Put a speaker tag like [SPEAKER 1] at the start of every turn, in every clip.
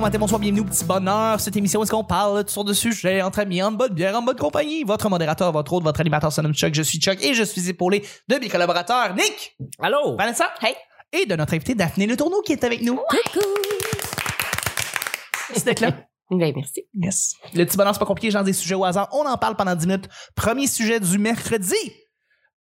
[SPEAKER 1] matin, bonsoir, bienvenue au petit bonheur. Cette émission, où est-ce qu'on parle de toutes sortes de sujets entre amis, en bonne bière, en bonne compagnie. Votre modérateur, votre hôte, votre animateur, son nom Chuck. Je suis Chuck et je suis épaulé de mes collaborateurs Nick,
[SPEAKER 2] Allô?
[SPEAKER 1] Vanessa
[SPEAKER 3] Hey.
[SPEAKER 1] et de notre invité Daphné Le Tourneau qui est avec nous.
[SPEAKER 3] Coucou!
[SPEAKER 1] Merci d'être là.
[SPEAKER 3] Ben, merci.
[SPEAKER 1] Yes. Le petit bonheur, c'est pas compliqué, genre des sujets au hasard. On en parle pendant 10 minutes. Premier sujet du mercredi.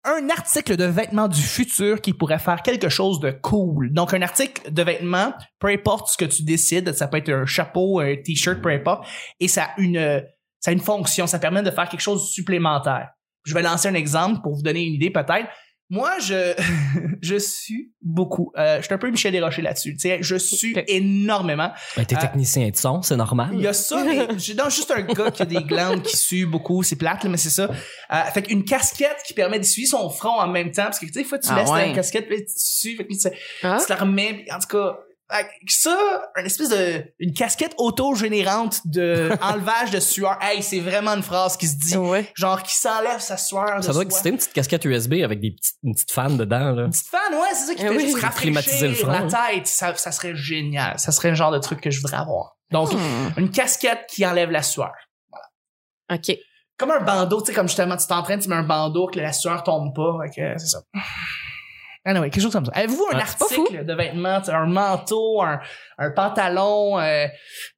[SPEAKER 1] Un article de vêtements du futur qui pourrait faire quelque chose de cool. Donc, un article de vêtements, peu importe ce que tu décides, ça peut être un chapeau, un t-shirt, peu importe, et ça a une, ça a une fonction, ça permet de faire quelque chose de supplémentaire. Je vais lancer un exemple pour vous donner une idée peut-être. Moi, je, je suis beaucoup. euh, je suis un peu Michel Desrochers là-dessus. Tu sais, je suis
[SPEAKER 3] Ok.
[SPEAKER 1] énormément.
[SPEAKER 2] Ben, t'es
[SPEAKER 1] Euh,
[SPEAKER 2] technicien de son, c'est
[SPEAKER 1] Il y
[SPEAKER 2] normal.
[SPEAKER 1] a ça, mais j'ai donc juste un gars qui a des glandes qui sue beaucoup, c'est plate, là, mais c'est ça. Euh, fait qu'une casquette qui permet d'essuyer son front en même temps, parce que tu sais, des fois, tu
[SPEAKER 3] Ah
[SPEAKER 1] laisses
[SPEAKER 3] ouais.
[SPEAKER 1] la casquette, puis tu sues, fait que tu, tu
[SPEAKER 3] Ah.
[SPEAKER 1] te la remets, puis en tout cas. fait que Ça, une espèce de, une casquette auto-générante de enlevage de sueur. Hey, c'est vraiment une phrase qui se dit,
[SPEAKER 3] Ouais.
[SPEAKER 1] genre, qui s'enlève sa sueur de
[SPEAKER 2] Ça
[SPEAKER 1] soi.
[SPEAKER 2] doit exister une petite casquette USB avec des petites, une petite fan dedans, là.
[SPEAKER 1] Une petite fan, ouais, c'est ça qui
[SPEAKER 3] Eh
[SPEAKER 1] fait
[SPEAKER 3] oui.
[SPEAKER 1] juste
[SPEAKER 2] Climatiser le
[SPEAKER 1] rafraîchir
[SPEAKER 2] front,
[SPEAKER 1] la tête. Ça, ça serait génial. Ça serait le genre de truc que je voudrais avoir. Donc,
[SPEAKER 4] Ah.
[SPEAKER 1] une casquette qui enlève la sueur.
[SPEAKER 3] OK.
[SPEAKER 1] comme un bandeau, tu sais, comme justement, tu t'entraînes, tu mets un bandeau que la sueur tombe pas, fait que c'est ça. Anyway, quelque chose comme ça. Avez-vous un
[SPEAKER 2] Ouais,
[SPEAKER 3] pas
[SPEAKER 1] article de vêtements, tu sais, un manteau, un, un pantalon, euh,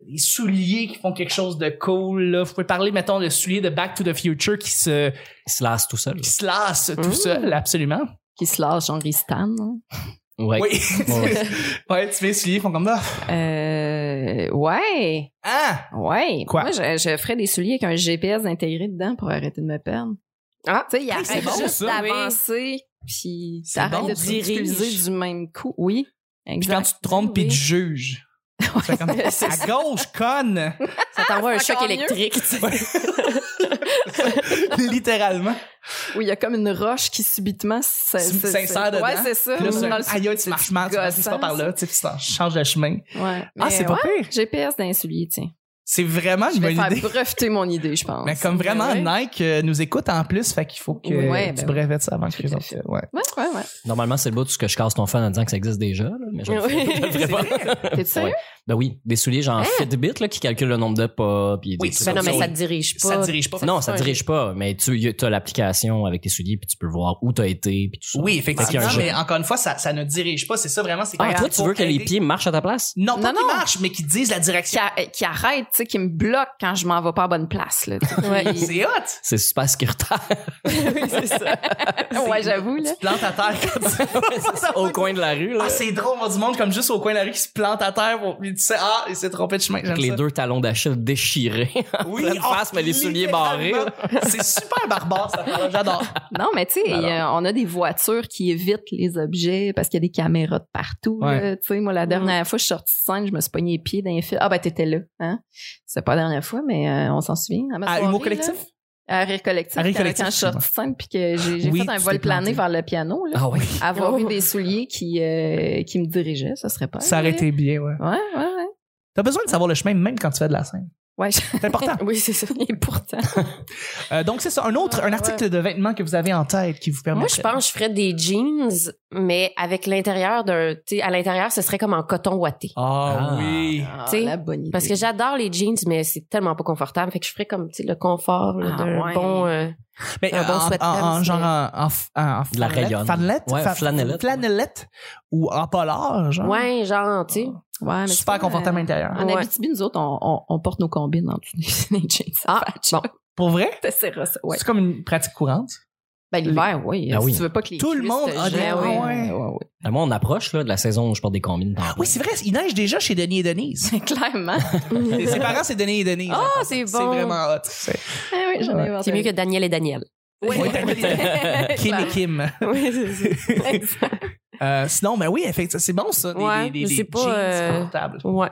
[SPEAKER 1] des souliers qui font quelque chose de cool, là? Vous pouvez parler, mettons, de souliers de Back to the Future qui se,
[SPEAKER 2] Il se lasse tout seul.
[SPEAKER 1] qui se lassent tout
[SPEAKER 3] Mmh.
[SPEAKER 1] seul, absolument.
[SPEAKER 3] Qui se lâche en ristane. hein.
[SPEAKER 2] Ouais.
[SPEAKER 1] Oui.
[SPEAKER 2] Ouais.
[SPEAKER 1] ouais, tu mets les souliers, ils font comme ça.
[SPEAKER 3] Euh, ouais.
[SPEAKER 1] Ah!
[SPEAKER 3] Ouais.
[SPEAKER 1] Quoi?
[SPEAKER 3] Moi, je, je ferais des souliers avec un GPS intégré dedans pour arrêter de me perdre. Ah, tu sais, il
[SPEAKER 1] Hey, c'est
[SPEAKER 3] arrête
[SPEAKER 1] bon,
[SPEAKER 3] juste
[SPEAKER 1] ça.
[SPEAKER 3] d'avancer, puis
[SPEAKER 1] C'est
[SPEAKER 3] t'arrêtes
[SPEAKER 1] bon,
[SPEAKER 3] de
[SPEAKER 1] ça.
[SPEAKER 3] t'utiliser du même coup. Oui.
[SPEAKER 1] Puis quand tu te trompes, puis tu juges. C'est comme, à gauche, conne!
[SPEAKER 3] ça t'envoie un
[SPEAKER 1] C'est
[SPEAKER 3] choc
[SPEAKER 1] encore mieux.
[SPEAKER 3] électrique. tu sais.
[SPEAKER 1] Littéralement.
[SPEAKER 3] Oui, il y a comme une roche qui subitement s-
[SPEAKER 1] S-
[SPEAKER 3] s-
[SPEAKER 1] s'insère
[SPEAKER 3] s- Ouais,
[SPEAKER 1] dedans.
[SPEAKER 3] c'est ça.
[SPEAKER 1] Puis là, c'est
[SPEAKER 3] Dans
[SPEAKER 1] un-
[SPEAKER 3] le-
[SPEAKER 1] aïe, aïe, tu marches mal, tu passes pas
[SPEAKER 3] gossant,
[SPEAKER 1] par là, tu sais, puis tu t'en changes de chemin.
[SPEAKER 3] Ouais.
[SPEAKER 1] Ah,
[SPEAKER 3] Mais
[SPEAKER 1] c'est pas
[SPEAKER 3] ouais,
[SPEAKER 1] pire.
[SPEAKER 3] GPS d'un soulier, tiens.
[SPEAKER 1] C'est vraiment
[SPEAKER 3] Je
[SPEAKER 1] une
[SPEAKER 3] vais
[SPEAKER 1] bonne
[SPEAKER 3] faire
[SPEAKER 1] idée.
[SPEAKER 3] breveter mon idée, je pense.
[SPEAKER 1] Mais comme vraiment,
[SPEAKER 3] Ouais.
[SPEAKER 1] Nike euh, nous écoute en plus, fait qu'il faut que
[SPEAKER 3] Ouais,
[SPEAKER 1] tu
[SPEAKER 3] ben
[SPEAKER 1] brevettes ça avant que
[SPEAKER 3] à
[SPEAKER 1] les autres. euh, Ouais.
[SPEAKER 3] Ouais, ouais, ouais.
[SPEAKER 2] Normalement, c'est le bout de ce que je casse ton fan en disant que ça existe déjà, là, mais je le fais-
[SPEAKER 3] Oui.
[SPEAKER 2] je le ferai pas.
[SPEAKER 3] T'es sérieux?
[SPEAKER 2] Ouais. Ben oui, des souliers genre
[SPEAKER 3] Hein?
[SPEAKER 2] Fitbit là, qui calculent le nombre de pas. Puis
[SPEAKER 1] Oui,
[SPEAKER 2] des trucs
[SPEAKER 1] ben
[SPEAKER 3] Ben non,
[SPEAKER 2] comme
[SPEAKER 3] mais ça te dirige pas.
[SPEAKER 1] Ça te dirige pas.
[SPEAKER 2] Non, ça
[SPEAKER 3] Ouais.
[SPEAKER 2] te dirige pas, mais tu as l'application avec tes souliers, puis tu peux voir où t'as été, puis tout ça.
[SPEAKER 1] Oui,
[SPEAKER 2] Fait qu'il y
[SPEAKER 1] effectivement,
[SPEAKER 2] a un jeu.
[SPEAKER 1] mais encore une fois, ça, ça ne dirige pas. C'est ça vraiment. C'est
[SPEAKER 2] Ah,
[SPEAKER 1] comme-
[SPEAKER 2] toi, tu
[SPEAKER 1] faut
[SPEAKER 2] veux que les
[SPEAKER 1] hein, aider-
[SPEAKER 2] pieds marchent à ta place?
[SPEAKER 1] Non, pas
[SPEAKER 3] Non,
[SPEAKER 1] qu'ils
[SPEAKER 3] non.
[SPEAKER 1] marchent, mais qu'ils disent la
[SPEAKER 3] Qui,
[SPEAKER 1] direction.
[SPEAKER 3] a- qui arrête, tu sais, qui me bloque quand je m'en vais pas à bonne place. Là, tu sais. Puis-
[SPEAKER 1] C'est hot!
[SPEAKER 2] C'est super sécuritaire.
[SPEAKER 3] oui, c'est ça. ouais, j'avoue. là.
[SPEAKER 1] Tu te plantes à terre quand tu
[SPEAKER 2] au coin de la rue, là.
[SPEAKER 1] Ah, c'est drôle, on voit du monde comme juste au coin de la rue qui se plante à terre, pour- puis tu sais, ah, il s'est trompé de chemin. J'aime
[SPEAKER 2] Avec les
[SPEAKER 1] ça.
[SPEAKER 2] deux talons d'Achille déchirés.
[SPEAKER 1] Oui,
[SPEAKER 2] pleine
[SPEAKER 1] oh,
[SPEAKER 2] face, mais les souliers barrés, là.
[SPEAKER 1] littéralement. C'est super barbare, ça. J'adore.
[SPEAKER 3] Non, mais tu sais,
[SPEAKER 2] Alors.
[SPEAKER 3] euh, on a des voitures qui évitent les objets parce qu'il y a des caméras de partout.
[SPEAKER 2] Ouais.
[SPEAKER 3] là. Tu sais, moi, la dernière fois, je suis sortie de scène, je me suis pogné les pieds d'un fil. Ah, ben, t'étais là. Hein? C'est pas la dernière fois, mais euh, on s'en souvient. ma
[SPEAKER 1] À
[SPEAKER 3] soirée,
[SPEAKER 1] Humour
[SPEAKER 3] là.
[SPEAKER 1] Collectif?
[SPEAKER 3] À Rire Collectif.
[SPEAKER 1] À Rire
[SPEAKER 3] quand-
[SPEAKER 1] Collectif,
[SPEAKER 3] Quand je suis sortie de scène puis que j'ai j'ai
[SPEAKER 1] Oui,
[SPEAKER 3] fait un
[SPEAKER 1] tu t'es
[SPEAKER 3] vol plané
[SPEAKER 1] plantée. Oh.
[SPEAKER 3] vers le piano, là,
[SPEAKER 2] Ah oui.
[SPEAKER 3] avoir eu des souliers qui, euh, qui me dirigeaient, ça serait pas.
[SPEAKER 1] S'arrêter bien, ouais.
[SPEAKER 3] Ouais, ouais, ouais.
[SPEAKER 1] T'as besoin de savoir le chemin même quand tu fais de la scène.
[SPEAKER 3] Ouais, je-
[SPEAKER 1] C'est important.
[SPEAKER 3] oui, c'est ça. Et pourtant.
[SPEAKER 1] Euh, donc, c'est ça, un autre,
[SPEAKER 4] Ah,
[SPEAKER 1] un article de vêtements que vous avez en tête qui vous permet.
[SPEAKER 4] Moi, je pense que je ferais des jeans, mais avec l'intérieur d'un. tu sais, à l'intérieur, ce serait comme en coton ouaté.
[SPEAKER 2] Ah.
[SPEAKER 1] oui.
[SPEAKER 3] Ah,
[SPEAKER 4] Tu sais,
[SPEAKER 3] la bonne idée.
[SPEAKER 4] Parce que j'adore les jeans, mais c'est tellement pas confortable. Fait que je ferais comme tu sais, le confort là,
[SPEAKER 3] Ah,
[SPEAKER 4] d'un
[SPEAKER 3] ouais.
[SPEAKER 4] bon. euh,
[SPEAKER 1] Mais
[SPEAKER 4] Un
[SPEAKER 1] euh,
[SPEAKER 4] bon
[SPEAKER 1] en,
[SPEAKER 4] sweatpants,
[SPEAKER 1] en- en
[SPEAKER 4] c'est-
[SPEAKER 1] genre en, en, f- en- en
[SPEAKER 2] De la
[SPEAKER 1] flanellette-
[SPEAKER 2] rayonne.
[SPEAKER 1] Flanellette,
[SPEAKER 2] Ouais,
[SPEAKER 1] fa-
[SPEAKER 2] flanellette.
[SPEAKER 1] flanellette ou en polar, genre.
[SPEAKER 4] ouais, genre, tu sais.
[SPEAKER 3] Ouais,
[SPEAKER 2] ah,
[SPEAKER 3] mais
[SPEAKER 1] Super
[SPEAKER 3] c'est pas,
[SPEAKER 1] confortable à
[SPEAKER 3] euh,
[SPEAKER 1] l'intérieur.
[SPEAKER 3] En
[SPEAKER 4] Ouais.
[SPEAKER 3] Abitibi, nous autres, on, on- on porte nos combines en dessous des jeans.
[SPEAKER 4] Ah,
[SPEAKER 3] bon.
[SPEAKER 1] Pour vrai?
[SPEAKER 3] T'essaieras ça, ouais.
[SPEAKER 1] C'est comme une pratique courante.
[SPEAKER 3] Ben, l'hiver, oui.
[SPEAKER 2] Ben
[SPEAKER 3] si
[SPEAKER 2] oui.
[SPEAKER 3] tu veux pas que les
[SPEAKER 1] Tout le
[SPEAKER 3] cuisses
[SPEAKER 1] monde
[SPEAKER 3] te
[SPEAKER 1] a des-
[SPEAKER 3] gèlent,
[SPEAKER 1] ah
[SPEAKER 3] oui,
[SPEAKER 1] ouais.
[SPEAKER 3] ouais, ouais,
[SPEAKER 2] Ben, Moi, on approche là, de la saison où je porte des combines. par
[SPEAKER 1] Ah Oui, c'est vrai, il neige déjà chez Denis et Denise.
[SPEAKER 3] ouais. Ah Clairement.
[SPEAKER 4] Mhm.
[SPEAKER 1] Et ses parents, Ah. c'est Denis et Denise.
[SPEAKER 4] Ah,
[SPEAKER 1] hein.
[SPEAKER 4] c'est
[SPEAKER 1] C'est
[SPEAKER 4] bon.
[SPEAKER 1] vraiment hot. C'est
[SPEAKER 3] Ah oui, j'en ai
[SPEAKER 4] C'est mieux que Daniel et Daniel.
[SPEAKER 3] Oui,
[SPEAKER 1] Ouais, Kim et Kim.
[SPEAKER 3] c'est ça.
[SPEAKER 1] Euh, sinon, ben oui, effectivement, c'est bon ça, des,
[SPEAKER 4] Ouais,
[SPEAKER 1] des,
[SPEAKER 4] mais
[SPEAKER 1] des-
[SPEAKER 4] c'est
[SPEAKER 1] des
[SPEAKER 4] pas,
[SPEAKER 1] jeans
[SPEAKER 4] euh,
[SPEAKER 1] confortables.
[SPEAKER 4] Ouais.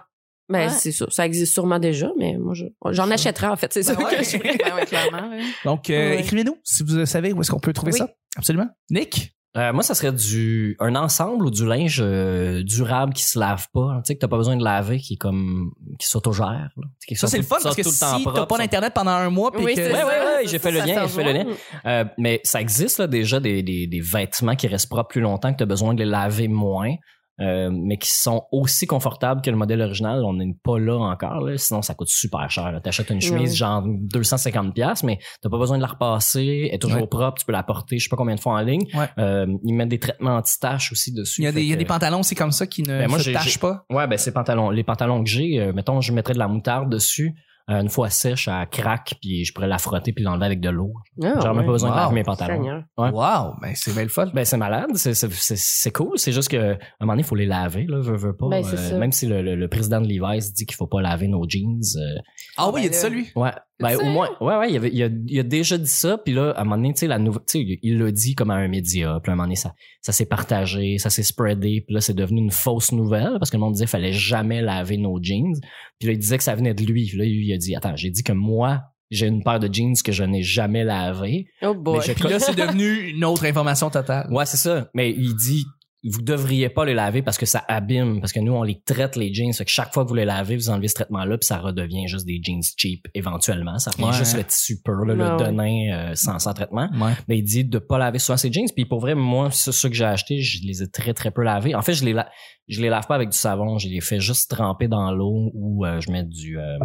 [SPEAKER 4] Mais
[SPEAKER 3] Ouais.
[SPEAKER 4] c'est ça. Ça existe sûrement déjà, mais moi, je- j'en achèterais, en fait. C'est ça
[SPEAKER 1] Ben ouais.
[SPEAKER 4] que je
[SPEAKER 3] Ben oui, clairement. oui.
[SPEAKER 1] Donc, euh,
[SPEAKER 4] Ouais.
[SPEAKER 1] écrivez-nous si vous savez où est-ce qu'on peut trouver
[SPEAKER 4] Oui.
[SPEAKER 1] ça. Absolument. Nick?
[SPEAKER 2] Euh, moi, ça serait du un ensemble ou du linge euh, durable qui se lave pas, hein, tu sais que t'as pas besoin de laver, qui est comme qui s'autogère. là. Tu sais, qui
[SPEAKER 1] Ça,
[SPEAKER 2] sont
[SPEAKER 1] c'est le
[SPEAKER 2] tout-
[SPEAKER 1] fun
[SPEAKER 2] qui
[SPEAKER 1] parce
[SPEAKER 2] sont
[SPEAKER 1] que
[SPEAKER 2] tout
[SPEAKER 1] si
[SPEAKER 2] le temps
[SPEAKER 1] t'as
[SPEAKER 2] propres,
[SPEAKER 1] pas
[SPEAKER 2] sont-
[SPEAKER 1] d'internet pendant un mois, puis
[SPEAKER 4] Oui,
[SPEAKER 1] que...
[SPEAKER 4] c'est
[SPEAKER 2] Ouais,
[SPEAKER 4] ça.
[SPEAKER 2] ouais, ouais, j'ai
[SPEAKER 4] Ça,
[SPEAKER 2] fait le
[SPEAKER 4] ça
[SPEAKER 2] lien,
[SPEAKER 4] se
[SPEAKER 2] j'ai fait le
[SPEAKER 4] rejoint.
[SPEAKER 2] lien. Euh, mais ça existe là, déjà des, des, des vêtements qui restent propres plus longtemps, que tu as besoin de les laver moins. euh, mais qui sont aussi confortables que le modèle original. On n'est pas là encore, là, sinon ça coûte super cher. là. T'achètes une chemise
[SPEAKER 4] Ouais.
[SPEAKER 2] genre 250$, piastres, mais t'as pas besoin de la repasser, elle est toujours
[SPEAKER 1] Ouais.
[SPEAKER 2] propre, tu peux la porter je sais pas combien de fois en ligne.
[SPEAKER 1] Ouais.
[SPEAKER 2] Euh, ils mettent des traitements anti-taches aussi dessus.
[SPEAKER 1] Il y a
[SPEAKER 2] Fait
[SPEAKER 1] des, il y a
[SPEAKER 2] que-
[SPEAKER 1] des pantalons, c'est comme ça, qui ne
[SPEAKER 2] Ben, moi,
[SPEAKER 1] se
[SPEAKER 2] j'ai-
[SPEAKER 1] tachent
[SPEAKER 2] j'ai-
[SPEAKER 1] pas.
[SPEAKER 2] Ouais, ben ces pantalons, les pantalons que j'ai, euh, mettons, je mettrais de la moutarde dessus. euh, une fois sèche, elle craque, puis je pourrais la frotter puis l'enlever avec de l'eau.
[SPEAKER 4] Ah,
[SPEAKER 2] J'aurais même pas
[SPEAKER 4] ouais.
[SPEAKER 2] besoin de
[SPEAKER 1] Wow.
[SPEAKER 2] laver mes pantalons.
[SPEAKER 4] Seigneur.
[SPEAKER 2] Ouais.
[SPEAKER 1] Wow, ben c'est belle folle.
[SPEAKER 2] Ben, c'est malade, c'est- c'est c'est- c'est cool. C'est juste qu'à un moment donné, il faut les laver, là, veut, veut pas. euh,
[SPEAKER 4] Ben, c'est ça.
[SPEAKER 2] même si le, le- le président de Levi's dit qu'il faut pas laver nos jeans. euh,
[SPEAKER 1] Ah oui, il y a
[SPEAKER 4] Ben
[SPEAKER 1] de
[SPEAKER 4] là.
[SPEAKER 1] ça, lui.
[SPEAKER 2] ouais. Ben, au
[SPEAKER 4] Sérieux?
[SPEAKER 2] moins, ouais, ouais, il, y avait- il y a, il y a déjà dit ça, puis là, à un moment donné, tu sais, la nouvelle, tu sais, il le dit comme à un média, puis à un moment donné, ça, ça s'est partagé, ça s'est spreadé, puis là, c'est devenu une fausse nouvelle, parce que le monde disait qu'il fallait jamais laver nos jeans, puis là, il disait que ça venait de lui, puis là, lui, il a dit, attends, j'ai dit que moi, j'ai une paire de jeans que je n'ai jamais lavée,
[SPEAKER 4] Oh boy.
[SPEAKER 2] Mais je-
[SPEAKER 1] Puis là, c'est devenu une autre information totale.
[SPEAKER 2] Ouais, c'est ça. Mais il dit, vous devriez pas les laver parce que ça abîme, parce que nous, on les traite, les jeans. Fait que chaque fois que vous les lavez, vous enlevez ce traitement-là, puis ça redevient juste des jeans cheap éventuellement. Ça revient
[SPEAKER 1] Ouais.
[SPEAKER 2] juste le tissu pur, là,
[SPEAKER 4] Ouais,
[SPEAKER 2] le
[SPEAKER 4] ouais.
[SPEAKER 2] denain euh, sans, sans traitement.
[SPEAKER 1] Ouais.
[SPEAKER 2] Mais il dit de pas laver souvent ses jeans. Puis pour vrai, moi, ceux, ceux que j'ai achetés, je les ai très, très peu lavés. En fait, je les, la- je les lave pas avec du savon. Je les fais juste tremper dans l'eau ou euh, je mets du... euh,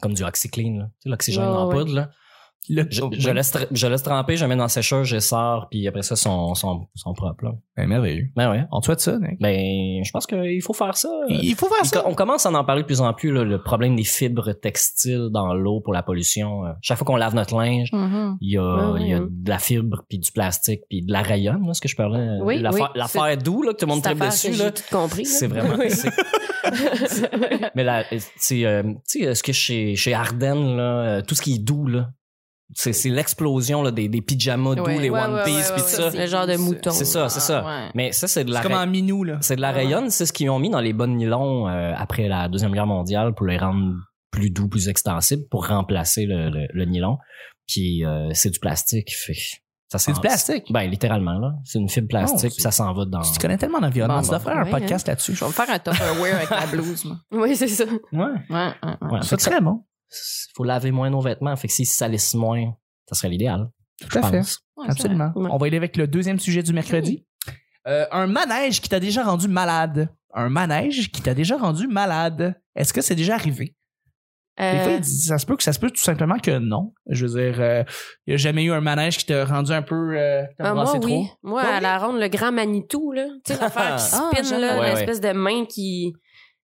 [SPEAKER 2] comme du OxyClean, là. Tu sais, l'oxygène
[SPEAKER 4] Ouais,
[SPEAKER 2] en
[SPEAKER 4] ouais. Oh,
[SPEAKER 2] poudre. Là.
[SPEAKER 1] Le-
[SPEAKER 2] Je, je laisse, tr- je laisse tremper, je mets dans la sécheuse, je sors, puis après ça, ils sont, sont, sont propres. Là.
[SPEAKER 1] Ben, merveilleux.
[SPEAKER 2] Ben ouais.
[SPEAKER 1] On te souhaite ça, Nick.
[SPEAKER 2] Ben, je pense qu'il faut faire ça.
[SPEAKER 1] Il faut faire
[SPEAKER 2] Il co-
[SPEAKER 1] ça.
[SPEAKER 2] On commence à en parler de plus en plus, là, le problème des fibres textiles dans l'eau pour la pollution. Euh, Chaque fois qu'on lave notre linge,
[SPEAKER 4] Mm-hmm.
[SPEAKER 3] Mhm.
[SPEAKER 2] il y a,
[SPEAKER 4] Ouais, ouais,
[SPEAKER 2] il y a
[SPEAKER 4] ouais.
[SPEAKER 2] de la fibre, puis du plastique, puis de la rayonne, là, ce que je parlais. euh,
[SPEAKER 4] Oui,
[SPEAKER 2] L'affaire
[SPEAKER 4] oui.
[SPEAKER 2] l'affaire d'où, là, que tout le monde
[SPEAKER 4] Cette
[SPEAKER 2] tripe
[SPEAKER 4] affaire
[SPEAKER 2] dessus.
[SPEAKER 4] que
[SPEAKER 2] Là.
[SPEAKER 4] J'ai tout compris. là.
[SPEAKER 2] C'est vraiment...
[SPEAKER 4] Oui.
[SPEAKER 2] c'est- Mais là, euh, c'est, euh, tu sais, ce que chez, chez Arden, là, euh, tout ce qui est doux, là, c'est c'est l'explosion là, des, des pyjamas doux,
[SPEAKER 3] Ouais.
[SPEAKER 2] les
[SPEAKER 4] Ouais,
[SPEAKER 2] One
[SPEAKER 4] ouais,
[SPEAKER 2] Piece,
[SPEAKER 4] ouais,
[SPEAKER 2] puis
[SPEAKER 4] ouais,
[SPEAKER 2] tout ça.
[SPEAKER 4] Le genre de mouton.
[SPEAKER 2] C'est ça, c'est ça.
[SPEAKER 3] Ah, ouais.
[SPEAKER 2] Mais ça, c'est de la
[SPEAKER 1] C'est comme
[SPEAKER 2] ra-
[SPEAKER 1] en minou, là.
[SPEAKER 2] C'est de la rayonne, c'est ce qu'ils ont mis dans les bonnes nylons euh, après la Deuxième Guerre mondiale pour les rendre plus doux, plus extensibles, pour remplacer le, le- le nylon. Puis euh, c'est du plastique. fait que ça
[SPEAKER 1] C'est
[SPEAKER 2] s'en-
[SPEAKER 1] du plastique.
[SPEAKER 2] Ben, littéralement, là. C'est une fibre
[SPEAKER 1] Non,
[SPEAKER 2] plastique,
[SPEAKER 1] c'est-
[SPEAKER 2] puis ça s'en va dans.
[SPEAKER 1] Tu te connais tellement d'environnement.
[SPEAKER 3] Bon,
[SPEAKER 1] Tu
[SPEAKER 3] bon,
[SPEAKER 1] dois faire un
[SPEAKER 4] ouais, hein.
[SPEAKER 1] podcast là-dessus.
[SPEAKER 3] Je vais me faire un Tupperware avec la blouse, moi.
[SPEAKER 4] Oui, c'est ça.
[SPEAKER 2] Ouais.
[SPEAKER 3] Ouais, ouais, ouais.
[SPEAKER 2] Ouais, fait
[SPEAKER 1] C'est
[SPEAKER 2] que ça-
[SPEAKER 1] très bon.
[SPEAKER 2] faut laver moins nos vêtements. Fait que s'ils se salissent moins, ça serait l'idéal.
[SPEAKER 1] Tout
[SPEAKER 2] je
[SPEAKER 1] à fait.
[SPEAKER 2] pense.
[SPEAKER 3] Ouais,
[SPEAKER 1] Absolument.
[SPEAKER 4] Ouais.
[SPEAKER 1] On va aller avec le deuxième sujet du mercredi. Euh, un manège qui t'a déjà rendu malade. Un manège qui t'a déjà rendu malade. Est-ce que c'est déjà arrivé? Des fois,
[SPEAKER 4] Euh,
[SPEAKER 1] il dit- ça se peut que ça se peut tout simplement que non. Je veux dire, euh, il n'y a jamais eu un manège qui t'a rendu un peu. euh, t'as
[SPEAKER 4] Ah, moi,
[SPEAKER 1] brassé
[SPEAKER 4] oui.
[SPEAKER 1] trop.
[SPEAKER 4] Moi,
[SPEAKER 1] Ouais,
[SPEAKER 4] à
[SPEAKER 1] oui.
[SPEAKER 4] la ronde, le grand Manitou, là. Tu sais, l'affaire qui
[SPEAKER 3] Ah,
[SPEAKER 4] spin,
[SPEAKER 3] j'aime.
[SPEAKER 4] là,
[SPEAKER 2] Ouais,
[SPEAKER 4] l'espèce de main qui,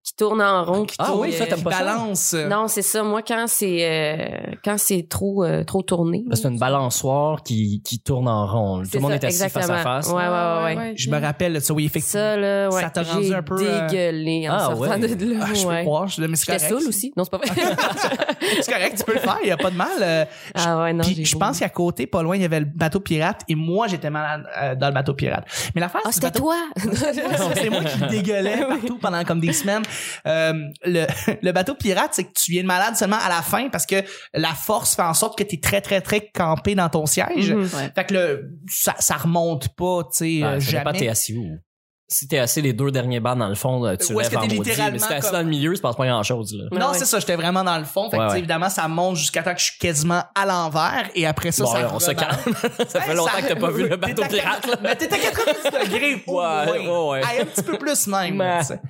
[SPEAKER 4] qui tourne en rond. Qui
[SPEAKER 2] Ah
[SPEAKER 4] tourne,
[SPEAKER 2] oui, ça,
[SPEAKER 4] euh,
[SPEAKER 2] t'aimes
[SPEAKER 1] Qui
[SPEAKER 2] pas ça?
[SPEAKER 1] balance.
[SPEAKER 4] Non, c'est ça. Moi, quand c'est euh, quand c'est trop, euh, trop tourné.
[SPEAKER 2] Parce que c'est une balançoire qui, qui tourne en rond. Tout
[SPEAKER 4] C'est
[SPEAKER 2] le monde
[SPEAKER 4] ça,
[SPEAKER 2] est assis
[SPEAKER 4] exactement.
[SPEAKER 2] face à face.
[SPEAKER 4] Ouais, ouais, ouais, ouais.
[SPEAKER 1] Je me rappelle, ça, oui, effectivement.
[SPEAKER 4] Ça, là, ouais.
[SPEAKER 1] Ça t'a rendu
[SPEAKER 4] J'ai
[SPEAKER 1] un peu, euh,
[SPEAKER 4] dégueulé en
[SPEAKER 2] Ah,
[SPEAKER 4] sortant
[SPEAKER 2] ouais.
[SPEAKER 4] de là.
[SPEAKER 1] Ah, je peux
[SPEAKER 4] ouais.
[SPEAKER 1] croire, je- mais c'est
[SPEAKER 4] J'étais
[SPEAKER 1] correct.
[SPEAKER 4] saoule aussi. Non, c'est pas vrai.
[SPEAKER 1] C'est correct, tu peux le faire, il n'y a pas de mal. Euh,
[SPEAKER 4] ah ouais, non,
[SPEAKER 1] Puis
[SPEAKER 4] j'ai
[SPEAKER 1] je
[SPEAKER 4] roulé.
[SPEAKER 1] pense qu'à côté, pas loin, il y avait le bateau pirate et moi, j'étais malade euh, dans le bateau pirate. Mais l'affaire,
[SPEAKER 4] Ah,
[SPEAKER 1] c'est
[SPEAKER 4] c'était
[SPEAKER 1] le bateau-
[SPEAKER 4] toi!
[SPEAKER 1] c'est moi qui dégueulais partout pendant comme des semaines. Euh, le, le bateau pirate, c'est que tu viens de malade seulement à la fin parce que la force fait en sorte que tu es très, très, très campé dans ton siège.
[SPEAKER 4] Mhm.
[SPEAKER 3] Ouais.
[SPEAKER 1] Fait que le, ça, ça remonte pas, tu sais,
[SPEAKER 2] Ah,
[SPEAKER 1] euh,
[SPEAKER 2] ça dépend, t'es
[SPEAKER 1] jamais.
[SPEAKER 2] assis où? Si t'es assis les deux derniers bancs dans le fond, là, tu
[SPEAKER 1] Ou est-ce
[SPEAKER 2] lèves
[SPEAKER 1] que
[SPEAKER 2] en
[SPEAKER 1] t'es
[SPEAKER 2] maudit. Mais si
[SPEAKER 1] littéralement
[SPEAKER 2] t'es assis
[SPEAKER 1] comme-
[SPEAKER 2] dans le milieu, il se passe pas grand-chose. là.
[SPEAKER 1] Non,
[SPEAKER 4] Ah ouais.
[SPEAKER 1] c'est ça, j'étais vraiment dans le fond. Fait que,
[SPEAKER 2] Ouais,
[SPEAKER 1] tu sais,
[SPEAKER 2] ouais.
[SPEAKER 1] évidemment, ça monte jusqu'à temps que je suis quasiment à l'envers et après ça,
[SPEAKER 2] Bon,
[SPEAKER 1] ça
[SPEAKER 2] là, on se
[SPEAKER 1] rebalance.
[SPEAKER 2] calme. ça fait
[SPEAKER 1] Hey,
[SPEAKER 2] longtemps que t'as pas vu le bateau
[SPEAKER 1] t'es à
[SPEAKER 2] pirate. là.
[SPEAKER 1] 80 Mais t'es à 90 degrés. au
[SPEAKER 2] Ouais,
[SPEAKER 1] moins.
[SPEAKER 2] ouais, ouais.
[SPEAKER 1] Hey, un petit peu plus même.
[SPEAKER 2] Mais-
[SPEAKER 1] tu sais.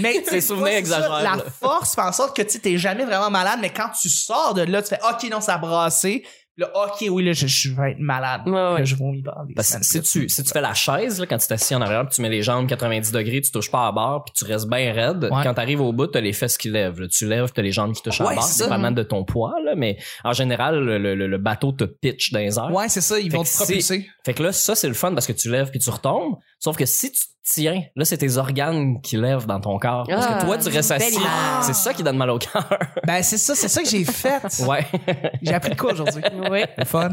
[SPEAKER 1] Mais tu sais,
[SPEAKER 2] Tes souvenirs
[SPEAKER 1] c'est ça,
[SPEAKER 2] exagèrent, là.
[SPEAKER 1] La force fait en sorte que tu sais, t'es jamais vraiment malade, mais quand tu sors de là, tu fais OK, non, ça a brassé. Puis Là, OK, oui, là, je, je vais être malade.
[SPEAKER 4] Ouais, ouais.
[SPEAKER 1] Là, je vomis pendant des
[SPEAKER 2] Parce que
[SPEAKER 1] semaines.
[SPEAKER 2] si tu, si tu fais la chaise, là, quand tu t'assis en arrière, puis tu mets les jambes 90 degrés, tu touches pas à barre, puis tu restes bien raide.
[SPEAKER 1] Ouais.
[SPEAKER 2] Quand t'arrives au bout, t'as les fesses qui lèvent. là. Tu lèves, t'as les jambes qui touchent
[SPEAKER 1] Ouais,
[SPEAKER 2] à barre,
[SPEAKER 1] c'est ça.
[SPEAKER 2] c'est pas mal de ton poids. Là, mais en général, le, le- le- le bateau te pitch dans les airs.
[SPEAKER 1] Ouais, c'est ça, ils
[SPEAKER 2] Fait
[SPEAKER 1] vont
[SPEAKER 2] que
[SPEAKER 1] te
[SPEAKER 2] c'est-
[SPEAKER 1] propulser.
[SPEAKER 2] Fait que là, ça, c'est le fun parce que tu lèves puis tu retombes. Sauf que si tu te tiens, là, c'est tes organes qui lèvent dans ton corps. Parce
[SPEAKER 4] Ah,
[SPEAKER 2] que toi, tu restes
[SPEAKER 4] belle
[SPEAKER 2] assis.
[SPEAKER 4] image.
[SPEAKER 2] C'est ça qui donne mal au cœur.
[SPEAKER 1] Ben, c'est ça, c'est ça que j'ai fait.
[SPEAKER 2] Ouais.
[SPEAKER 1] J'ai appris de quoi aujourd'hui?
[SPEAKER 4] Oui.
[SPEAKER 1] Le fun.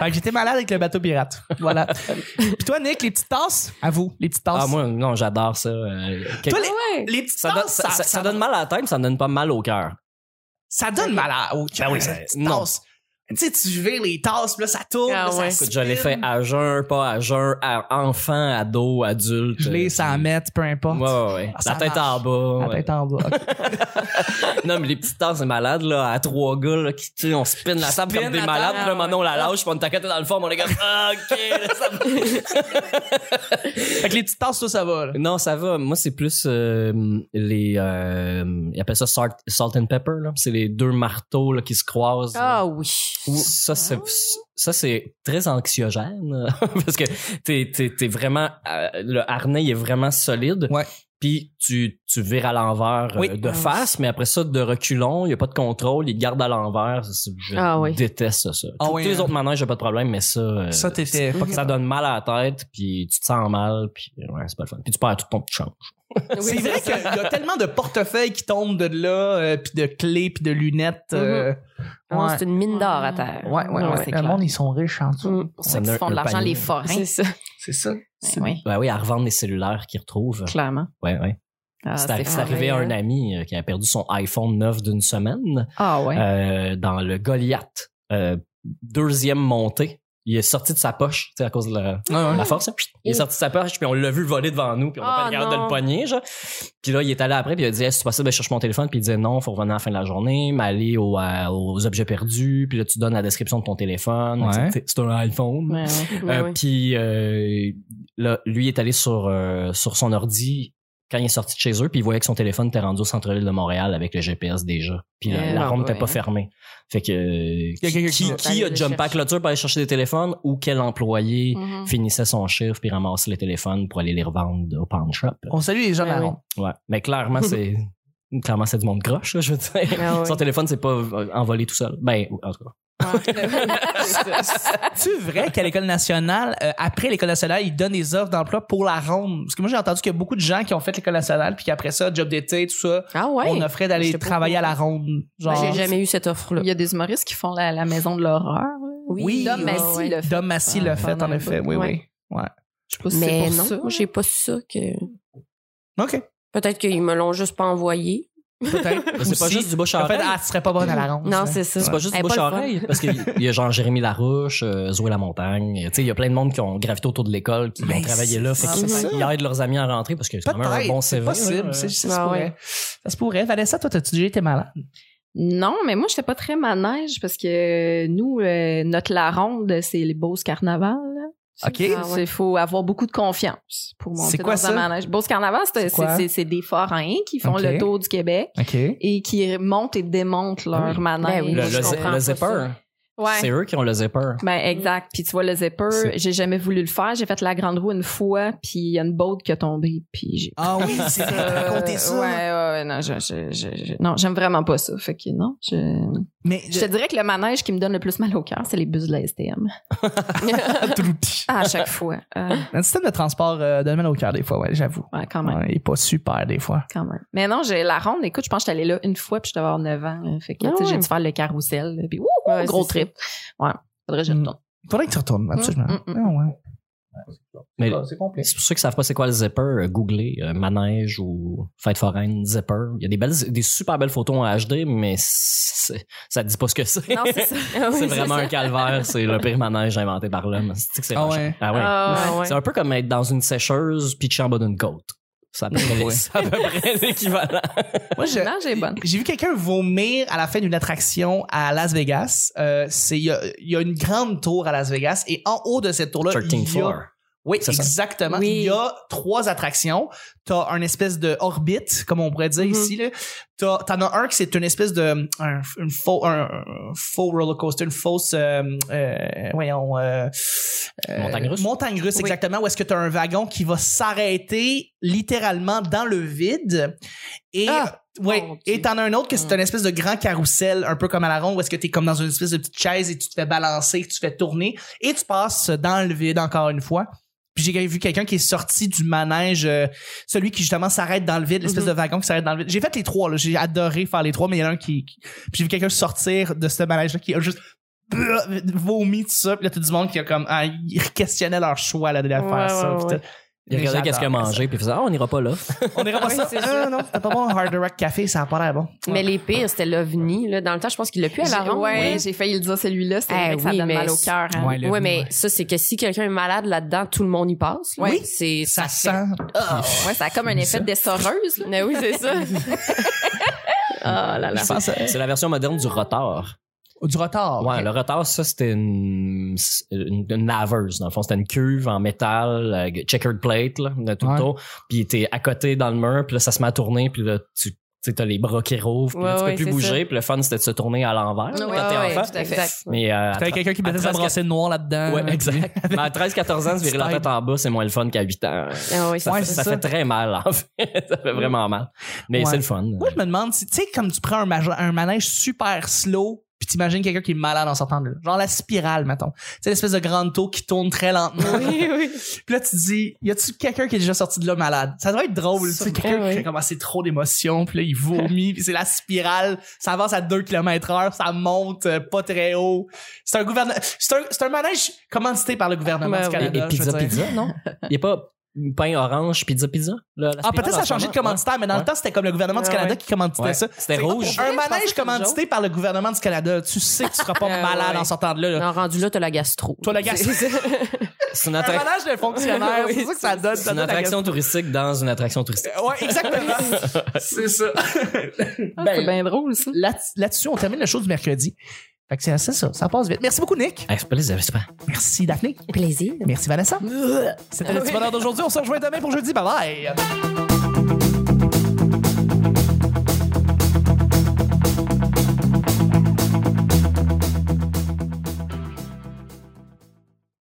[SPEAKER 1] Fait que j'étais malade avec le bateau pirate. Voilà. Puis toi, Nick, les petites tasses, à vous, les petites tasses.
[SPEAKER 2] Ah, moi, non, j'adore ça. Euh, que-
[SPEAKER 1] Toi, les,
[SPEAKER 4] Ouais.
[SPEAKER 1] les petites
[SPEAKER 2] ça,
[SPEAKER 1] tasses,
[SPEAKER 2] donne, ça, ça- ça donne mal à la tête, mais ça donne pas mal au cœur.
[SPEAKER 1] Ça donne mal à- au cœur.
[SPEAKER 2] Ben oui, ça-
[SPEAKER 1] Tasse.
[SPEAKER 2] non.
[SPEAKER 1] Tu sais, tu vires les tasses, puis là, ça tourne,
[SPEAKER 4] Ah
[SPEAKER 1] là, ça
[SPEAKER 4] ouais.
[SPEAKER 1] spin.
[SPEAKER 2] Écoute, je l'ai fait à jeun, pas à jeun, à enfant, ado, adulte.
[SPEAKER 1] Gelé, ça mette, peu importe.
[SPEAKER 2] Ouais, ouais, ouais.
[SPEAKER 1] Ah, ça
[SPEAKER 2] La tête en
[SPEAKER 1] marche.
[SPEAKER 2] bas.
[SPEAKER 1] La
[SPEAKER 2] ouais.
[SPEAKER 1] tête en bas. ok.
[SPEAKER 2] Non, mais les petites tasses, c'est malade, là. À trois gars, là, qui, tu sais, on spin la table
[SPEAKER 1] Spin
[SPEAKER 2] comme des
[SPEAKER 1] la
[SPEAKER 2] malades.
[SPEAKER 1] table,
[SPEAKER 2] Puis là, maintenant, on la lâche, puis on t'inquiète dans le fond, mais on est comme, ah, OK, là, ça va.
[SPEAKER 1] fait que les petites tasses, ça, ça va. là.
[SPEAKER 2] Non, ça va. Moi, c'est plus euh, les. Euh, ils appellent ça salt, salt and pepper, là. C'est les deux marteaux, là, qui se croisent.
[SPEAKER 4] Ah oui.
[SPEAKER 2] Ou- Ça, c'est, ça, c'est très anxiogène euh, parce que t'es, t'es, t'es vraiment, euh, le harnais il est vraiment solide.
[SPEAKER 1] Ouais.
[SPEAKER 2] Puis tu, tu vires à l'envers euh,
[SPEAKER 1] Oui.
[SPEAKER 2] de face, mais après ça, de reculons, il n'y a pas de contrôle, il te garde à l'envers. C'est- Je
[SPEAKER 4] Ah oui.
[SPEAKER 2] déteste ça.
[SPEAKER 1] Ah
[SPEAKER 2] Tous
[SPEAKER 1] oui,
[SPEAKER 2] tous les
[SPEAKER 1] hein.
[SPEAKER 2] autres manèges, j'ai pas de problème, mais ça, euh,
[SPEAKER 1] Ça, t'étais pas
[SPEAKER 2] ça donne mal à la tête, puis tu te sens mal, puis ouais, c'est pas le fun. Puis tu perds tout ton petit change.
[SPEAKER 1] C'est vrai qu'il y a tellement de portefeuilles qui tombent de là, euh, puis de clés, puis de lunettes. euh,
[SPEAKER 4] Non,
[SPEAKER 1] ouais.
[SPEAKER 4] C'est une mine d'or à terre.
[SPEAKER 1] Ouais, ouais,
[SPEAKER 4] Mm-hmm. Non,
[SPEAKER 1] ouais.
[SPEAKER 4] c'est
[SPEAKER 1] Le
[SPEAKER 4] clair.
[SPEAKER 1] monde, ils sont riches en dessous.
[SPEAKER 4] Mm.
[SPEAKER 3] pour ceux
[SPEAKER 2] On
[SPEAKER 3] qui
[SPEAKER 2] a
[SPEAKER 3] se font de
[SPEAKER 2] un
[SPEAKER 3] l'argent,
[SPEAKER 2] panier.
[SPEAKER 3] les forains.
[SPEAKER 4] C'est ça.
[SPEAKER 1] C'est ça.
[SPEAKER 3] Ben oui,
[SPEAKER 2] Ben oui, à revendre les cellulaires qu'ils retrouvent.
[SPEAKER 3] clairement.
[SPEAKER 2] Ouais, ouais.
[SPEAKER 3] Ah,
[SPEAKER 2] c'est, arri- c'est arrivé à un
[SPEAKER 3] merveilleux.
[SPEAKER 2] ami euh, qui a perdu son iPhone 9 d'une semaine.
[SPEAKER 3] Ah ouais.
[SPEAKER 2] euh, dans le Goliath, euh, deuxième montée. Il est sorti de sa poche, tu sais, à cause de la, la force. hein. Puis Il est
[SPEAKER 4] Oh.
[SPEAKER 2] sorti de sa poche, puis on l'a vu voler devant nous, puis on n'a
[SPEAKER 4] Ah,
[SPEAKER 2] pas regardé de
[SPEAKER 4] non.
[SPEAKER 2] le poignet, genre. Puis là, il est allé après, puis il a dit, est-ce que c'est possible, ben, je cherche mon téléphone, puis il disait non, faut revenir à la fin de la journée, mais aller au, euh, aux objets perdus, puis là, tu donnes la description de ton téléphone.
[SPEAKER 1] Ouais.
[SPEAKER 2] Tu sais, C'est un iPhone.
[SPEAKER 4] Ouais, ouais. Ouais,
[SPEAKER 2] Euh,
[SPEAKER 4] ouais.
[SPEAKER 2] Puis euh, là, lui est allé sur, euh, sur son ordi quand il est sorti de chez eux, puis il voyait que son téléphone était rendu au centre-ville de Montréal avec le GPS déjà. Puis là,
[SPEAKER 4] Eh,
[SPEAKER 2] la
[SPEAKER 4] bah
[SPEAKER 2] ronde n'était
[SPEAKER 4] ouais.
[SPEAKER 2] pas fermée. Fait que euh,
[SPEAKER 1] y a quelqu'un
[SPEAKER 2] qui,
[SPEAKER 1] qui va
[SPEAKER 2] qui,
[SPEAKER 4] aller
[SPEAKER 2] a
[SPEAKER 4] le
[SPEAKER 2] jumpé à la
[SPEAKER 4] chercher.
[SPEAKER 2] clôture pour aller chercher des téléphones ou quel employé
[SPEAKER 3] Mm-hmm.
[SPEAKER 4] Mhm.
[SPEAKER 2] finissait son chiffre puis ramassait les téléphones pour aller les revendre au pawn shop.
[SPEAKER 1] On salue les gens de la
[SPEAKER 4] Ben oui.
[SPEAKER 1] ronde.
[SPEAKER 2] Ouais. Mais clairement, c'est clairement c'est du monde croche, là, je veux dire.
[SPEAKER 4] Ah ouais.
[SPEAKER 2] Son téléphone, c'est pas euh, envolé tout seul. Ben, en tout cas.
[SPEAKER 4] Ah,
[SPEAKER 1] C'est vrai qu'à l'école nationale, euh, après l'école nationale, ils donnent des offres d'emploi pour la ronde. Parce que moi, j'ai entendu qu'il y a beaucoup de gens qui ont fait l'école nationale, puis qu'après ça, job d'été, tout ça,
[SPEAKER 4] Ah ouais.
[SPEAKER 1] on offrait d'aller
[SPEAKER 4] J'étais pas
[SPEAKER 1] travailler à
[SPEAKER 4] au Ben,
[SPEAKER 1] la ronde. Genre,
[SPEAKER 4] J'ai jamais eu cette offre-là.
[SPEAKER 3] Il y a des humoristes qui font la, la maison de l'horreur.
[SPEAKER 1] Oui,
[SPEAKER 3] Dom
[SPEAKER 1] ouais,
[SPEAKER 3] Massy le fait.
[SPEAKER 1] Dom Massy l'a
[SPEAKER 3] Ah,
[SPEAKER 1] fait,
[SPEAKER 3] pendant
[SPEAKER 1] en
[SPEAKER 3] un
[SPEAKER 1] effet.
[SPEAKER 3] bout,
[SPEAKER 1] Oui,
[SPEAKER 4] ouais.
[SPEAKER 1] oui.
[SPEAKER 3] Je sais pas si c'est
[SPEAKER 4] Mais
[SPEAKER 3] pour
[SPEAKER 4] non,
[SPEAKER 3] ça.
[SPEAKER 4] j'ai pas ça que.
[SPEAKER 1] OK.
[SPEAKER 4] Peut-être qu'ils me l'ont juste pas envoyé.
[SPEAKER 1] Peut-être.
[SPEAKER 2] C'est pas
[SPEAKER 1] aussi.
[SPEAKER 2] juste du bouche à
[SPEAKER 1] En fait,
[SPEAKER 2] oreille.
[SPEAKER 1] ah, tu serais pas bonne à la ronde.
[SPEAKER 4] Non,
[SPEAKER 1] tu sais.
[SPEAKER 4] c'est ça.
[SPEAKER 2] C'est pas juste
[SPEAKER 4] Elle est
[SPEAKER 2] du bouche
[SPEAKER 4] pas
[SPEAKER 2] à
[SPEAKER 4] le fun.
[SPEAKER 2] oreille, parce qu'il y a genre Jérémy Larouche, euh, Zoé La Montagne, tu sais, il y a plein de monde qui ont gravité autour de l'école, qui
[SPEAKER 1] Mais
[SPEAKER 2] ont travaillé là, fait
[SPEAKER 1] Ben, c'est
[SPEAKER 2] qu'ils
[SPEAKER 1] ça.
[SPEAKER 2] ils aident leurs amis à rentrer parce que c'est quand même un
[SPEAKER 1] Peut-être.
[SPEAKER 2] bon
[SPEAKER 1] c'est
[SPEAKER 2] CV.
[SPEAKER 1] possible.
[SPEAKER 2] là.
[SPEAKER 1] c'est- Ça, se
[SPEAKER 4] Ah ouais.
[SPEAKER 1] pourrait. ça se pourrait. Vanessa, toi, t'as-tu déjà été malade?
[SPEAKER 3] Non, mais moi, j'étais pas très manège parce que nous, euh, notre la ronde, c'est les Beauce Carnaval. là.
[SPEAKER 1] OK.
[SPEAKER 3] Il
[SPEAKER 4] Ah ouais.
[SPEAKER 3] faut avoir beaucoup de confiance pour monter
[SPEAKER 1] C'est quoi
[SPEAKER 3] dans
[SPEAKER 1] ça?
[SPEAKER 3] un manège. Beauce Carnaval, c'est-
[SPEAKER 1] C'est quoi?
[SPEAKER 3] c'est c'est- c'est des forains qui font
[SPEAKER 1] OK.
[SPEAKER 3] le tour du Québec
[SPEAKER 1] OK.
[SPEAKER 3] et qui montent et démontent leur
[SPEAKER 2] Ah oui.
[SPEAKER 3] manège.
[SPEAKER 4] Ben oui,
[SPEAKER 2] Le,
[SPEAKER 4] Moi,
[SPEAKER 2] le
[SPEAKER 4] je
[SPEAKER 2] zi-
[SPEAKER 4] comprends
[SPEAKER 2] le
[SPEAKER 4] pas
[SPEAKER 2] zipper,
[SPEAKER 4] ça.
[SPEAKER 3] Ouais.
[SPEAKER 2] c'est eux qui ont le zipper.
[SPEAKER 3] Ben exact. Puis tu vois le zipper,
[SPEAKER 1] C'est-
[SPEAKER 3] j'ai jamais voulu le faire. J'ai fait la grande roue une fois, puis il y a une boat qui a tombé, puis j'ai.
[SPEAKER 1] Ah oui, c'est
[SPEAKER 3] Euh,
[SPEAKER 1] raconter ça.
[SPEAKER 3] Ouais, ouais, ouais, non, je, je- je- je- non, j'aime vraiment pas ça. Fait que non, je,
[SPEAKER 1] Mais
[SPEAKER 3] je te dirais que le manège qui me donne le plus mal au cœur, c'est les bus de la STM. Ah, à chaque fois. Euh,
[SPEAKER 1] Le système de transport euh, donne mal au cœur des fois, ouais, j'avoue.
[SPEAKER 3] ouais, quand même.
[SPEAKER 1] Ouais, il est pas super des fois.
[SPEAKER 3] Quand même. Mais non, j'ai la ronde. Écoute, je pense que j'étais allée là une fois puis je devais avoir 9 ans. là. Fait que,
[SPEAKER 4] Ah
[SPEAKER 3] tu sais, j'ai
[SPEAKER 4] ouais.
[SPEAKER 3] dû faire le carrousel. là, Puis, ouh, ouh,
[SPEAKER 4] Ouais,
[SPEAKER 3] gros
[SPEAKER 4] c'est ça.
[SPEAKER 3] trip. Ouais. Faudrait
[SPEAKER 1] Mm.
[SPEAKER 3] que je retourne.
[SPEAKER 1] Faudrait que tu retournes, absolument.
[SPEAKER 3] Mm, mm, mm.
[SPEAKER 1] Ah ouais.
[SPEAKER 2] Mais
[SPEAKER 1] C'est complet.
[SPEAKER 2] c'est pour ceux qui savent pas c'est quoi le zipper, euh, googlez euh, manège ou fête foraine, zipper. Il y a des belles, des super belles photos en HD, mais c'est- ça te dit pas ce que c'est.
[SPEAKER 4] Non, c'est ça.
[SPEAKER 2] C'est vraiment un calvaire, c'est le pire manège inventé par l'homme. C'est que c'est
[SPEAKER 1] Ah
[SPEAKER 2] vachement-
[SPEAKER 1] ouais.
[SPEAKER 2] Ah ouais.
[SPEAKER 4] Ah, ouais.
[SPEAKER 2] C'est un peu comme être dans une sécheuse pitché en bas d'une côte. C'est à peu près, c'est à peu près l'équivalent.
[SPEAKER 1] Moi, je-
[SPEAKER 3] Non, j'ai bonne.
[SPEAKER 1] J'ai vu quelqu'un vomir à la fin d'une attraction à Las Vegas. Euh, c'est il y a, il y a une grande tour à Las Vegas et en haut de cette tour là, il
[SPEAKER 2] 13
[SPEAKER 1] y a
[SPEAKER 2] floor.
[SPEAKER 1] Oui,
[SPEAKER 2] C'est ça.
[SPEAKER 1] exactement.
[SPEAKER 4] Oui.
[SPEAKER 1] Il y a trois attractions. T'as un espèce de orbite, comme on pourrait dire
[SPEAKER 4] Mhm.
[SPEAKER 1] ici. Là. T'as- T'en as un qui c'est une espèce de un, une faux, un, un faux roller coaster, une fausse, euh, euh, voyons, euh, euh,
[SPEAKER 2] Montagne russe.
[SPEAKER 1] Montagne russe,
[SPEAKER 4] Oui.
[SPEAKER 1] exactement. Où est-ce que t'as un wagon qui va s'arrêter littéralement dans le vide et euh,
[SPEAKER 4] Ah,
[SPEAKER 1] Ouais.
[SPEAKER 4] mon Dieu. Mm.
[SPEAKER 1] Et t'en as un autre que c'est un espèce de grand carrousel, un peu comme à la ronde, où est-ce que t'es comme dans une espèce de petite chaise et tu te fais balancer, tu te fais tourner et tu passes dans le vide encore une fois. Puis j'ai vu quelqu'un qui est sorti du manège, euh, celui qui justement s'arrête dans le vide, l'espèce
[SPEAKER 4] Mhm.
[SPEAKER 1] de wagon qui s'arrête dans le vide. J'ai fait les trois, là. J'ai adoré faire les trois, mais il y en a un qui. qui- Puis j'ai vu quelqu'un sortir de ce manège-là qui a juste vomi tout ça. Puis là, tout du monde qui a comme. ah, ils questionnaient leur choix, là, de faire
[SPEAKER 4] Ouais,
[SPEAKER 1] ça.
[SPEAKER 4] ouais,
[SPEAKER 1] Puis
[SPEAKER 4] ouais.
[SPEAKER 1] tout.
[SPEAKER 2] Il regardait qu'est-ce qu'il a mangé, puis il faisait Ah, on n'ira pas là.
[SPEAKER 1] On ira pas
[SPEAKER 4] Oui,
[SPEAKER 1] ça.
[SPEAKER 4] c'est
[SPEAKER 1] Ah, non, c'était pas bon. Hard Rock Café, ça a pas l'air bon.
[SPEAKER 4] Mais les pires, c'était l'OVNI. Là. Dans le temps, je pense qu'il l'a plus à la
[SPEAKER 3] J'ai-
[SPEAKER 4] ronde.
[SPEAKER 3] ouais,
[SPEAKER 4] Oui.
[SPEAKER 3] j'ai failli le dire celui-là,
[SPEAKER 4] Eh
[SPEAKER 3] c'est vrai que ça
[SPEAKER 4] oui,
[SPEAKER 3] donne
[SPEAKER 4] mais
[SPEAKER 3] mal au
[SPEAKER 4] c'est-
[SPEAKER 3] cœur. hein.
[SPEAKER 1] Ouais, le-
[SPEAKER 4] Ouais, mais ça, c'est que si quelqu'un est malade là-dedans, tout le monde y passe. là.
[SPEAKER 1] Oui.
[SPEAKER 4] C'est,
[SPEAKER 1] Ça
[SPEAKER 4] fait-
[SPEAKER 1] sent.
[SPEAKER 3] Ah, ouais, ça a comme un effet d'essoreuse. là.
[SPEAKER 4] Mais oui, c'est ça. Ah là là.
[SPEAKER 1] Je pense, euh,
[SPEAKER 2] C'est la version moderne du rotor.
[SPEAKER 1] du retard.
[SPEAKER 2] Ouais, le rotor, ça, c'était une, une, une laveuse, dans le fond. C'était une cuve en métal, euh, checkered plate, là, de tout
[SPEAKER 1] Ouais.
[SPEAKER 2] le tour. Puis t'es à côté dans le mur, puis là, ça se met à tourner, puis là, tu tu sais, t'as les bras qui rouvrent, puis là,
[SPEAKER 4] Ouais,
[SPEAKER 2] tu peux
[SPEAKER 4] ouais,
[SPEAKER 2] plus
[SPEAKER 4] c'est
[SPEAKER 2] bouger, puis le fun, c'était de se tourner à l'envers, là,
[SPEAKER 3] Ouais,
[SPEAKER 2] quand t'es
[SPEAKER 3] ouais,
[SPEAKER 2] enfant.
[SPEAKER 3] tout à fait.
[SPEAKER 4] Exact.
[SPEAKER 2] Mais, euh, à
[SPEAKER 1] T'avais
[SPEAKER 2] tra-
[SPEAKER 1] quelqu'un qui
[SPEAKER 2] à
[SPEAKER 1] mettait sa
[SPEAKER 2] 13,
[SPEAKER 1] brassée de noir là-dedans.
[SPEAKER 2] Ouais, exact. Mais à 13-14 ans, se virer la tête en bas, c'est moins le fun qu'à 8 ans.
[SPEAKER 4] Ah oui,
[SPEAKER 2] Ça,
[SPEAKER 1] Ouais,
[SPEAKER 2] fait,
[SPEAKER 1] c'est
[SPEAKER 2] ça
[SPEAKER 1] ça.
[SPEAKER 2] fait très mal, en fait. ça fait vraiment mal. Mais
[SPEAKER 1] Ouais.
[SPEAKER 2] c'est le fun.
[SPEAKER 1] Moi, je me demande si, tu sais, comme tu prends un, maje- un manège super slow, puis t'imagines quelqu'un qui est malade en sortant de là. Genre la spirale, mettons. Tu sais, l'espèce de grande tour qui tourne très lentement.
[SPEAKER 4] Oui, oui.
[SPEAKER 1] puis là, tu te dis, y a-tu quelqu'un qui est déjà sorti de là malade? Ça doit être drôle. Tu sais,
[SPEAKER 4] Sûrement,
[SPEAKER 1] quelqu'un
[SPEAKER 4] oui.
[SPEAKER 1] qui a commencé trop d'émotions, puis là, il vomit, puis c'est la spirale. Ça avance à 2 km heure, ça monte euh, pas très haut. C'est un gouvernement, c'est un, c'est un manège commandité par le gouvernement
[SPEAKER 4] Ben
[SPEAKER 1] du
[SPEAKER 4] oui.
[SPEAKER 1] Canada.
[SPEAKER 2] Et,
[SPEAKER 1] je veux
[SPEAKER 2] pizza,
[SPEAKER 1] dire.
[SPEAKER 2] pizza, non? Il n'y a pas pain orange, pizza, pizza? là, la
[SPEAKER 1] Ah,
[SPEAKER 2] spirale,
[SPEAKER 1] peut-être ça a
[SPEAKER 2] en ce
[SPEAKER 1] changé de
[SPEAKER 2] moment?
[SPEAKER 1] commanditaire, mais dans le
[SPEAKER 2] Ouais.
[SPEAKER 1] temps, c'était comme le gouvernement du
[SPEAKER 4] Ouais,
[SPEAKER 1] Canada
[SPEAKER 4] ouais.
[SPEAKER 1] qui commanditait
[SPEAKER 2] Ouais.
[SPEAKER 1] ça.
[SPEAKER 2] C'était
[SPEAKER 1] C'est pas
[SPEAKER 2] rouge.
[SPEAKER 1] pour Un
[SPEAKER 4] Je pensais que
[SPEAKER 1] manège
[SPEAKER 4] c'était une
[SPEAKER 1] commandité par le gouvernement du Canada, tu sais que tu seras pas
[SPEAKER 4] Ah,
[SPEAKER 1] malade
[SPEAKER 4] ouais.
[SPEAKER 1] en sortant de là. là.
[SPEAKER 4] Non, rendu là, t'as la gastro.
[SPEAKER 1] Toi, la gastro.
[SPEAKER 4] C'est ça.
[SPEAKER 2] Ah, C'est une,
[SPEAKER 1] Un
[SPEAKER 2] attra-
[SPEAKER 1] manège de fonctionnaire, c'est
[SPEAKER 4] Oui,
[SPEAKER 1] ça que ça donne.
[SPEAKER 2] c'est
[SPEAKER 1] Ah, ça donne
[SPEAKER 2] une
[SPEAKER 1] la
[SPEAKER 2] attraction touristique dans une attraction touristique.
[SPEAKER 1] question. Ouais, exactement. c'est ça.
[SPEAKER 4] Ah,
[SPEAKER 1] Ben,
[SPEAKER 4] c'est bien drôle, ça.
[SPEAKER 1] là- Là-dessus, on termine le show du mercredi. Fait que c'est c'est ça, ça passe vite. Merci beaucoup, Nick.
[SPEAKER 2] Hey, c'est pas les c'est pas-
[SPEAKER 1] Merci, Daphné.
[SPEAKER 4] Plaisir.
[SPEAKER 1] Merci, Vanessa. C'était le petit bonheur d'aujourd'hui. On se rejoint demain pour jeudi. Bye bye.